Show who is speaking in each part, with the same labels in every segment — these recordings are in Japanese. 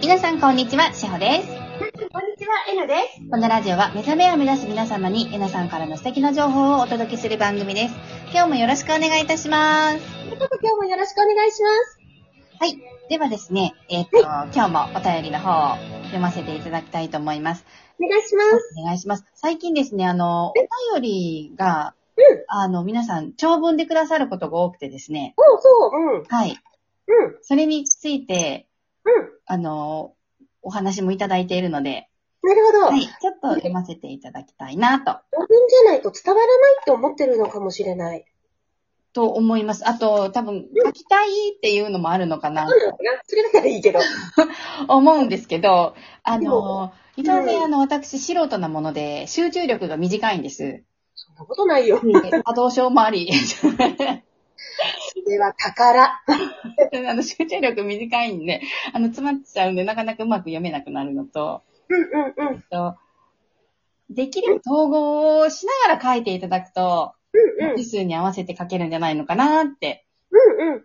Speaker 1: 皆さんこんにちは、しほです。
Speaker 2: こんにちは、えのです。
Speaker 1: このラジオは目覚めを目指す皆様に、えなさんからの素敵な情報をお届けする番組です。今日もよろしくお願いいたします。
Speaker 2: 今日もよろしくお願いします。
Speaker 1: はい。ではですね、えっ、と、今日もお便りの方を読ませていただきたいと思います。
Speaker 2: お願いします。
Speaker 1: お願いします。最近ですね、あの、お便りが、あの、皆さん、長文でくださることが多くてですね、
Speaker 2: おう、そう。うん。うん。うん。
Speaker 1: はい。それについて、あの、お話もいただいているので、
Speaker 2: なるほど。
Speaker 1: はい。ちょっと読ませていただきたいなと、
Speaker 2: 自分じゃないと伝わらないって思ってるのかもしれない。
Speaker 1: と思います。あと、多分、書きたいっていうのもあるのかな、
Speaker 2: のかなそれだったらいいけど。
Speaker 1: と思うんですけど、あの、
Speaker 2: ん
Speaker 1: いかんせ
Speaker 2: うん
Speaker 1: ん、あの、私、素人なもので、集中力が短いんです。
Speaker 2: そんなことないよ。
Speaker 1: あ、どうしようもあり。
Speaker 2: それは宝。
Speaker 1: あの、集中力短いんで、あの、詰まっちゃうんで、なかなかうまく読めなくなるのと、
Speaker 2: うんうんうん。
Speaker 1: とできれば統合をしながら書いていただくと、
Speaker 2: うんうん。
Speaker 1: 字数に合わせて書けるんじゃないのかなって、
Speaker 2: うんうん。うん。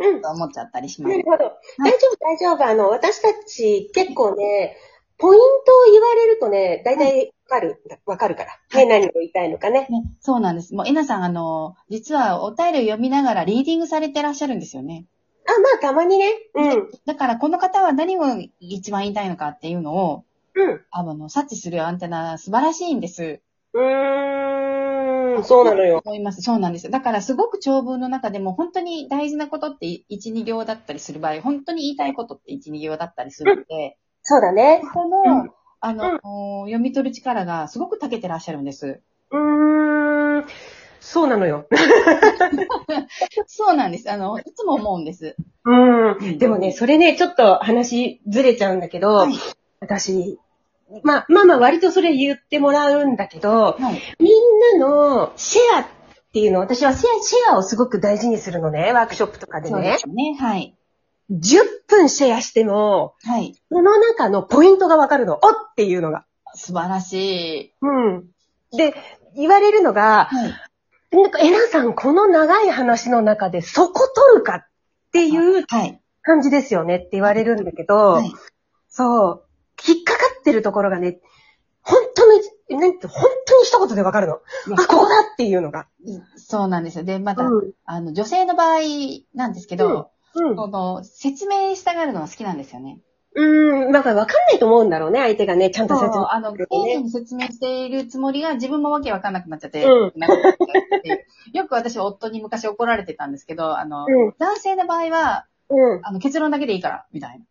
Speaker 1: ちょっと思っちゃったりしま
Speaker 2: な
Speaker 1: す
Speaker 2: る。ほど。大丈夫大丈夫。あの、私たち結構ね、ポイントを言われるとね、大体わかる、わかるから。ね、何を言いたいのかね。
Speaker 1: ね、そうなんです。もう、えなさん、あの、実はお便りを読みながらリーディングされてらっしゃるんですよね。
Speaker 2: あ、まあ、たまにね。うん。
Speaker 1: だから、この方は何を一番言いたいのかっていうのを、
Speaker 2: うん。
Speaker 1: あの、察知するアンテナ、素晴らしいんです。
Speaker 2: うーん、そうなのよ。
Speaker 1: 思います。そうなんです。だから、すごく長文の中でも、本当に大事なことって1、2行だったりする場合、本当に言いたいことって1、2行だったりするので、
Speaker 2: そうだね。
Speaker 1: ここの、あの
Speaker 2: う、
Speaker 1: 読み取る力がすごく長けてらっしゃるんです。
Speaker 2: うーん、そうなのよ。
Speaker 1: そうなんです。あの、いつも思うんです。
Speaker 2: うん。でもね、それね、ちょっと話ずれちゃうんだけど、
Speaker 1: はい
Speaker 2: 私、まあ、まあまあ割とそれ言ってもらうんだけど、
Speaker 1: はい。
Speaker 2: みんなのシェアっていうの、私はシェア、シェアをすごく大事にするのね、ワークショップとかで
Speaker 1: そう
Speaker 2: ね
Speaker 1: で。すね。はい。
Speaker 2: 10分シェアしても、
Speaker 1: はい。
Speaker 2: その中のポイントがわかるの。おっていうのが。
Speaker 1: 素晴らしい。
Speaker 2: うん。で、言われるのが、
Speaker 1: はい。
Speaker 2: なんか、えなさん、この長い話の中でそこ取るかっていう
Speaker 1: はい。
Speaker 2: 感じですよねって言われるんだけど、
Speaker 1: はい。
Speaker 2: そう、引っかかってるところがね、本当に、なんて、本当に一言でわかるの。
Speaker 1: や
Speaker 2: あ、ここだっていうのが。
Speaker 1: そうなんですよ。で、また、
Speaker 2: うん。
Speaker 1: あの、女性の場合なんですけど、
Speaker 2: うん
Speaker 1: その、説明したがるのが好きなんですよね。
Speaker 2: うん、なんかわかんないと思うんだろうね、相手がね、ちゃんと説
Speaker 1: そう
Speaker 2: 明。
Speaker 1: あの、丁寧に説明しているつもりが自分もわけわかんなくなっちゃって、
Speaker 2: うん
Speaker 1: なくなっちゃうっていうよく私、夫に昔怒られてたんですけど、あの、男性の場合は、
Speaker 2: うん、うん。
Speaker 1: あの、結論だけでいいから、みたいな。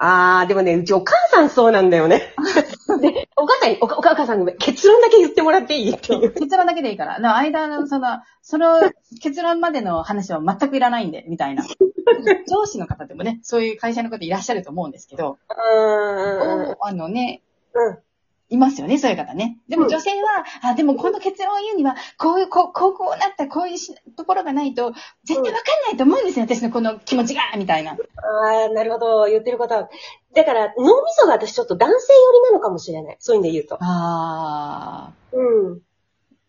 Speaker 2: あー、でもね、うちお母さんそうなんだよ ね。で、お母さんに、おかお母さんごめん、結論だけ言ってもらっていいっていう。
Speaker 1: 結論だけでいいから。の間の、その、その、結論までの話は全くいらないんで、みたい な。上司の方でもね、そういう会社の方いらっしゃると思うんですけど、
Speaker 2: うん。
Speaker 1: おあのね、
Speaker 2: うん
Speaker 1: いますよね、そういう方ね。でも
Speaker 2: うん
Speaker 1: 女性は、あ、でもこの結論を言うには、こういう、こう、こう、こうなった、こういうしところがないと、絶対わかんないと思うんですよ、私のこの気持ちが、みたいな。
Speaker 2: あー、なるほど、言ってることは。だから、脳みそが私ちょっと男性寄りなのかもしれない。そういうんで言うと。
Speaker 1: あ
Speaker 2: うん。
Speaker 1: ー、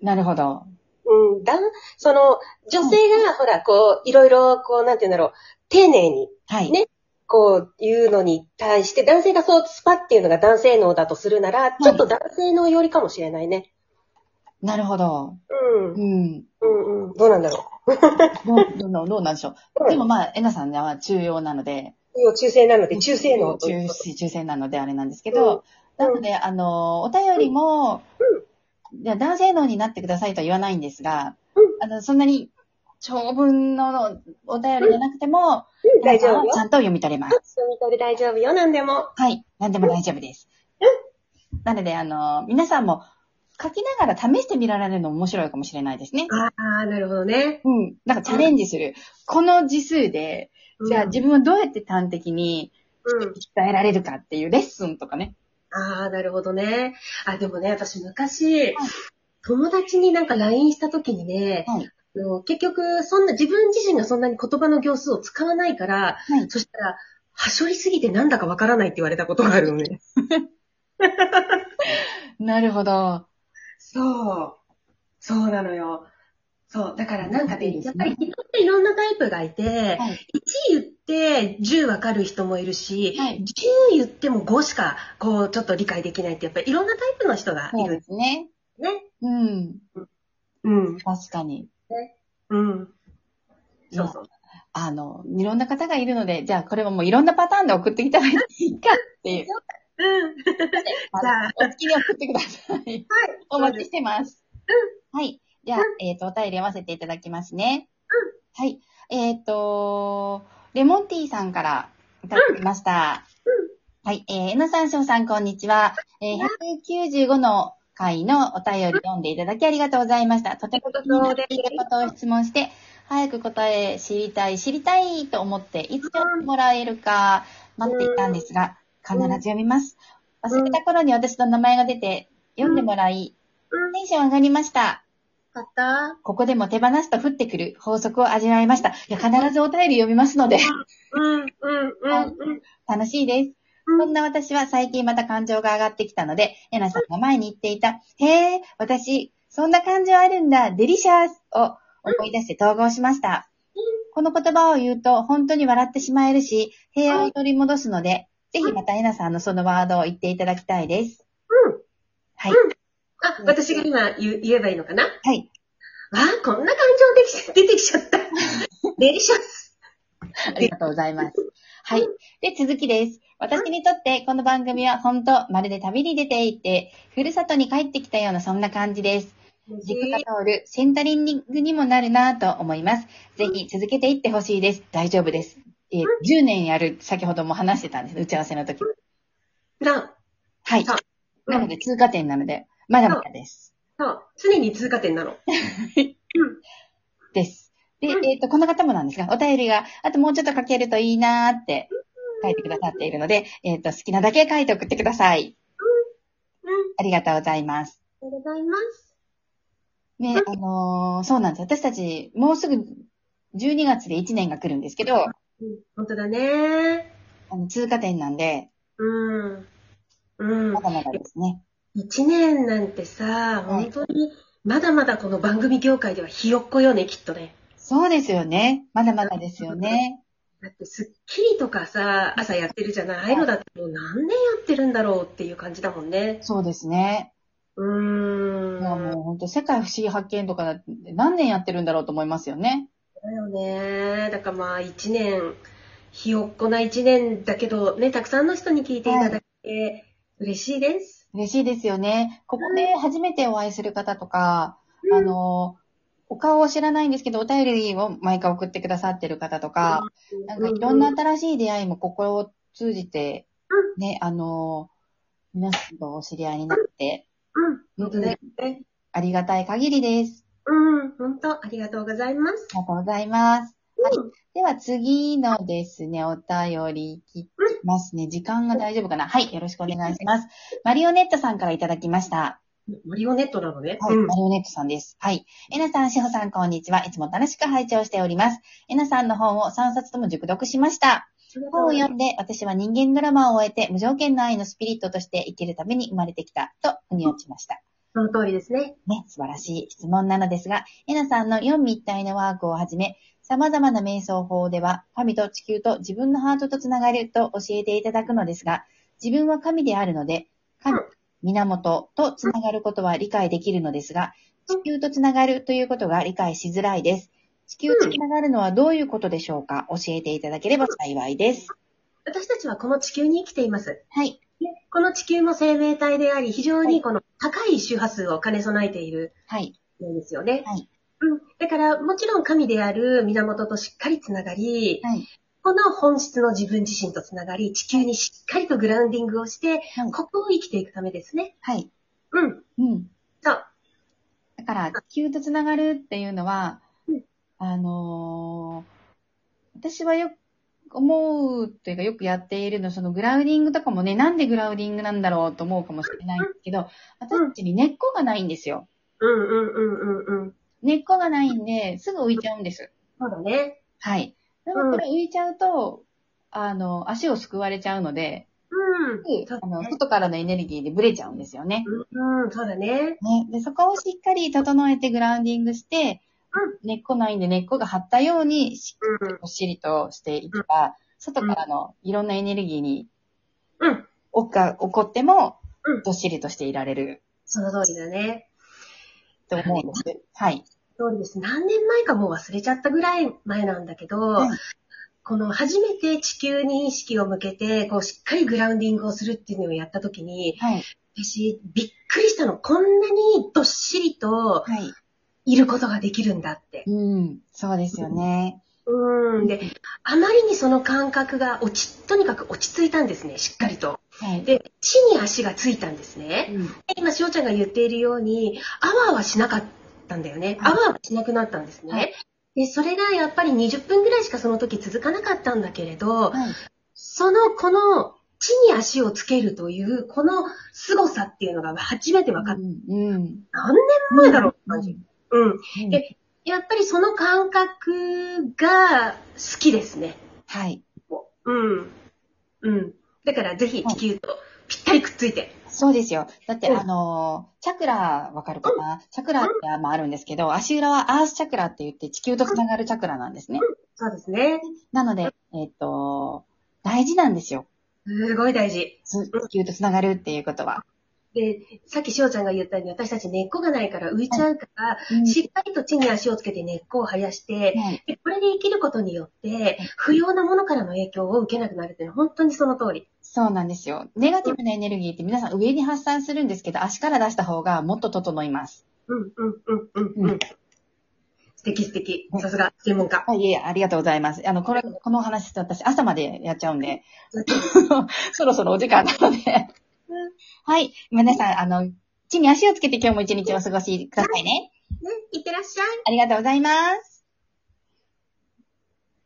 Speaker 1: なるほど。
Speaker 2: うん、だん、その、女性が、ほら、こう、いろいろ、こう、なんて言うんだろう、丁寧に、
Speaker 1: はい。
Speaker 2: ねこう、言うのに対して、男性がそう、スパっていうのが男性能だとするなら、ちょっと男性のよりかもしれないね。
Speaker 1: なるほど。
Speaker 2: うん
Speaker 1: う、ん。
Speaker 2: うん、うん、どうなんだろ
Speaker 1: どう、どうなどうなんでしょ
Speaker 2: う。う
Speaker 1: う。
Speaker 2: ん
Speaker 1: でもまあ、えなさんは中央なので、
Speaker 2: 要は中性なので、中性能という
Speaker 1: 中
Speaker 2: こと。
Speaker 1: 中性なのであれなんですけど、
Speaker 2: うん
Speaker 1: なので、あの、お便りも、いや男性能になってくださいとは言わないんですが、
Speaker 2: う
Speaker 1: あの、そんなに長文のお便りじゃなくても、
Speaker 2: うん大丈夫よ
Speaker 1: ち。ゃんと読み取れます。
Speaker 2: 読み取り大丈夫よ、なんでも。
Speaker 1: はい。何でも大丈夫です。なので、あの、皆さんも書きながら試してみられるのも面白いかもしれないですね。
Speaker 2: ああ、なるほどね。
Speaker 1: うん。なんかチャレンジする。この字数で、じゃあ自分をどうやって端的に
Speaker 2: うん。
Speaker 1: 伝えられるかっていうレッスンとかね。
Speaker 2: ああ、なるほどね。あ、でもね、私昔、友達になんか LINE した時にね、
Speaker 1: はい
Speaker 2: あの結局、そんな、自分自身がそんなに言葉の行数を使わないから、
Speaker 1: はい
Speaker 2: そしたら、はしょりすぎてなんだかわからないって言われたことがあるのね。
Speaker 1: なるほど。
Speaker 2: そう。そうなのよ。そう。だからなんか
Speaker 1: いい
Speaker 2: ね、
Speaker 1: です
Speaker 2: やっ
Speaker 1: ね
Speaker 2: ぱり人っていろんなタイプがいて、
Speaker 1: はい
Speaker 2: 1言って10わかる人もいるし、
Speaker 1: はい
Speaker 2: 10言っても5しか、こう、ちょっと理解できないって、やっぱりいろんなタイプの人がい
Speaker 1: そう
Speaker 2: る。
Speaker 1: ですね。
Speaker 2: ね。
Speaker 1: うん。
Speaker 2: うん。
Speaker 1: 確かに。
Speaker 2: うん。そうそう。
Speaker 1: あの、いろんな方がいるので、じゃあこれはもういろんなパターンで送ってきたらいいかっていう。
Speaker 2: うん。じゃ あ、
Speaker 1: お好きに送ってください。お待ちしてます。はい。じゃあ、えっ、と、お便り読ませていただきますね。はい。えっ、と、レモンティーさんからいただきました。はい。えー、N さん、翔さん、こんにちは。えー、195の回のお便り読んでいただきありがとうございました。とても気になっていたことを質問して、早く答え知りたい、知りたいと思って、いつもらえるか待っていたんですが、必ず読みます。忘れた頃に私の名前が出て、読んでもらい、
Speaker 2: うん。
Speaker 1: テンション上がりました。
Speaker 2: かった。
Speaker 1: ここでも手放すと降ってくる法則を味わいました。いや、必ずお便り読みますので、
Speaker 2: うん、うん、うん、うん。
Speaker 1: 楽しいです。
Speaker 2: うん
Speaker 1: そんな私は最近また感情が上がってきたので、エナさんが前に言っていた、へえ、私、そんな感情あるんだ、デリシャースを思い出して統合しました。この言葉を言うと本当に笑ってしまえるし、平和を取り戻すので、ぜひまたエナさんのそのワードを言っていただきたいです。
Speaker 2: うん。
Speaker 1: はい。
Speaker 2: あ、私が今言う言えばいいのかなわ
Speaker 1: はい。
Speaker 2: あ、こんな感情できち出てきちゃった。デリシャス。
Speaker 1: ありがとうございます。はい。で、続きです。私にとって、この番組は本当、まるで旅に出ていって、ふるさとに帰ってきたような、そんな感じです。実家がタオル、センタリングにもなるなぁと思います。ぜひ続けていってほしいです。大丈夫です。えー10年やる、先ほども話してたんです。打ち合わせの時。
Speaker 2: な、
Speaker 1: はい。
Speaker 2: そうう
Speaker 1: なの
Speaker 2: ん、
Speaker 1: で、通過点なので、まだまだです。
Speaker 2: そう。常に通過点なの。
Speaker 1: です。で、
Speaker 2: うん
Speaker 1: えっ、と、この方もなんですが、お便りが、あともうちょっと書けるといいなーって書いてくださっているので、えっ、と、好きなだけ書いて送ってください。
Speaker 2: うん。
Speaker 1: ありがとうございます。
Speaker 2: ありがとうございます。
Speaker 1: ね、あのーそうなんです。私たち、もうすぐ12月で1年が来るんですけど、
Speaker 2: うん、本当だね。
Speaker 1: あの通過点なんで、
Speaker 2: うん。うん
Speaker 1: ま。だまだですね。
Speaker 2: 一年なんてさ、
Speaker 1: はい
Speaker 2: 本当に、まだまだこの番組業界ではひよっこよね、きっとね。
Speaker 1: そうですよね。まだまだですよね。
Speaker 2: だって、スッキリとかさ、朝やってるじゃない。ああいうのだってもう何年やってるんだろうっていう感じだもんね。
Speaker 1: そうですね。
Speaker 2: うーん。
Speaker 1: もうもう本当、世界不思議発見とかだって何年やってるんだろうと思いますよね。
Speaker 2: だよね。だからまあ、一年、ひよっこな一年だけど、ね、たくさんの人に聞いていただいて、嬉しいです。
Speaker 1: 嬉しいですよね。ここで初めてお会いする方とか、
Speaker 2: うん
Speaker 1: あの、お顔を知らないんですけど、お便りを毎回送ってくださってる方とか、なんかいろんな新しい出会いもここを通じて、ね、あの、皆さんとお知り合いになって、
Speaker 2: うん、
Speaker 1: 本
Speaker 2: 本
Speaker 1: 当
Speaker 2: 当だ
Speaker 1: に
Speaker 2: よね。
Speaker 1: ありがたい限りです。
Speaker 2: うん、本当、ありがとうございます。
Speaker 1: ありがとうございます。はい
Speaker 2: うん
Speaker 1: では次のですね、お便りいきますね。時間が大丈夫かなはい、よろしくお願いします。マリオネットさんからいただきました。
Speaker 2: マリオネットなのね。
Speaker 1: はい、
Speaker 2: うん
Speaker 1: マリオネットさんです。はい。えなさん、しほさん、こんにちは。いつも楽しく拝聴しております。えなさんの本を3冊とも熟読しました。本を読んで、私は人間ドラマを終えて、無条件の愛のスピリットとして生きるために生まれてきた、と、腑に落ちました。
Speaker 2: その通りですね。
Speaker 1: ね、素晴らしい質問なのですが、えなさんの四密体のワークをはじめ、様々な瞑想法では、神と地球と自分のハートとつながると教えていただくのですが、自分は神であるので、神
Speaker 2: うん、
Speaker 1: 源とつながることは理解できるのですが、地球とつながるということが理解しづらいです。地球とつながるのはどういうことでしょうか教えていただければ幸いです。
Speaker 2: 私たちはこの地球に生きています。
Speaker 1: はい。
Speaker 2: この地球も生命体であり、非常にこの高い周波数を兼ね備えている
Speaker 1: はい。
Speaker 2: んですよね。
Speaker 1: はい
Speaker 2: うん。だから、もちろん神である源としっかりつながり、
Speaker 1: はい。
Speaker 2: この本質の自分自身とつながり、地球にしっかりとグラウンディングをして、
Speaker 1: はい
Speaker 2: ここを生きていくためですね。
Speaker 1: はい。
Speaker 2: うん。
Speaker 1: うん。
Speaker 2: そう。
Speaker 1: だから、地球とつながるっていうのは、
Speaker 2: うん
Speaker 1: あのー私はよく思うというかよくやっているの、そのグラウディングとかもね、なんでグラウディングなんだろうと思うかもしれないんですけど、私たちに根っこがないんですよ。
Speaker 2: うんうんうんうんうん。
Speaker 1: 根っこがないんで、すぐ浮いちゃうんです。
Speaker 2: そうだね。
Speaker 1: はい。でもこれ浮いちゃうと、あの、足をすくわれちゃうので、
Speaker 2: うん。そ
Speaker 1: あ
Speaker 2: うだ
Speaker 1: の
Speaker 2: ね。
Speaker 1: 外からのエネルギーでブレちゃうんですよね。
Speaker 2: うん、そうだね。
Speaker 1: ね、でそこをしっかり整えてグラウンディングして、根っこないんで根っこが張ったようにし
Speaker 2: うん。
Speaker 1: っしりとしていけば、外からのいろんなエネルギーに
Speaker 2: うん。
Speaker 1: おっか起こっても
Speaker 2: うん、
Speaker 1: どっしりとしていられる
Speaker 2: その通りだね。
Speaker 1: と思うんです。はい。
Speaker 2: そうです。何年前かもう忘れちゃったぐらい前なんだけど、
Speaker 1: はい
Speaker 2: この初めて地球に意識を向けて、こうしっかりグラウンディングをするっていうのをやった時に、
Speaker 1: はい。
Speaker 2: 私びっくりしたの。こんなにどっしりと
Speaker 1: はい。
Speaker 2: いることができるんだって。
Speaker 1: うん。そうですよね。
Speaker 2: うん。で、あまりにその感覚が落ち、とにかく落ち着いたんですね、しっかりと。
Speaker 1: はい。
Speaker 2: で、地に足がついたんですね。
Speaker 1: うん
Speaker 2: で今、しおちゃんが言っているように、あわあわしなかったんだよね。
Speaker 1: はい
Speaker 2: あわあわしなくなったんですね。
Speaker 1: はい
Speaker 2: で、それがやっぱり20分ぐらいしかその時続かなかったんだけれど、
Speaker 1: はい。
Speaker 2: その、この、地に足をつけるという、この凄さっていうのが初めて分かった。
Speaker 1: うん。うん
Speaker 2: 何年前だろうって感じ。うん。
Speaker 1: うん
Speaker 2: でやっぱりその感覚が好きですね。
Speaker 1: はい。
Speaker 2: うん。うん。だからぜひ
Speaker 1: はい
Speaker 2: 地球とぴったりくっついて。
Speaker 1: そうですよ。だって、
Speaker 2: うん
Speaker 1: あのー、チャクラ、わかるかなチャクラってあまああるんですけど、足裏はアースチャクラって言って地球とつながるチャクラなんですね。
Speaker 2: そうですね。
Speaker 1: なので、えっと、大事なんですよ。
Speaker 2: すごい大事。
Speaker 1: つ地球とつながるっていうことは。
Speaker 2: で、さっきしおちゃんが言ったように、私たち根っこがないから浮いちゃうから、
Speaker 1: うん
Speaker 2: しっかりと地に足をつけて根っこを生やして、
Speaker 1: はい
Speaker 2: でこれで生きることによって、不要なものからの影響を受けなくなるっていうのは本当にその通り。
Speaker 1: そうなんですよ。ネガティブなエネルギーって皆さん上に発散するんですけど、足から出した方がもっと整います。
Speaker 2: うん、うん、うん、う
Speaker 1: う
Speaker 2: ん、うんん。素敵素敵
Speaker 1: う。ん
Speaker 2: さすが、専門家。
Speaker 1: あいえいえ、ありがとうございます。あの、これ、このお話って私朝までやっちゃうんで、 そろそろお時間なので。はい。皆さん、あの、地に足をつけて今日も一日お過ごしくださいね。
Speaker 2: ね、いってらっしゃい。
Speaker 1: ありがとうございます。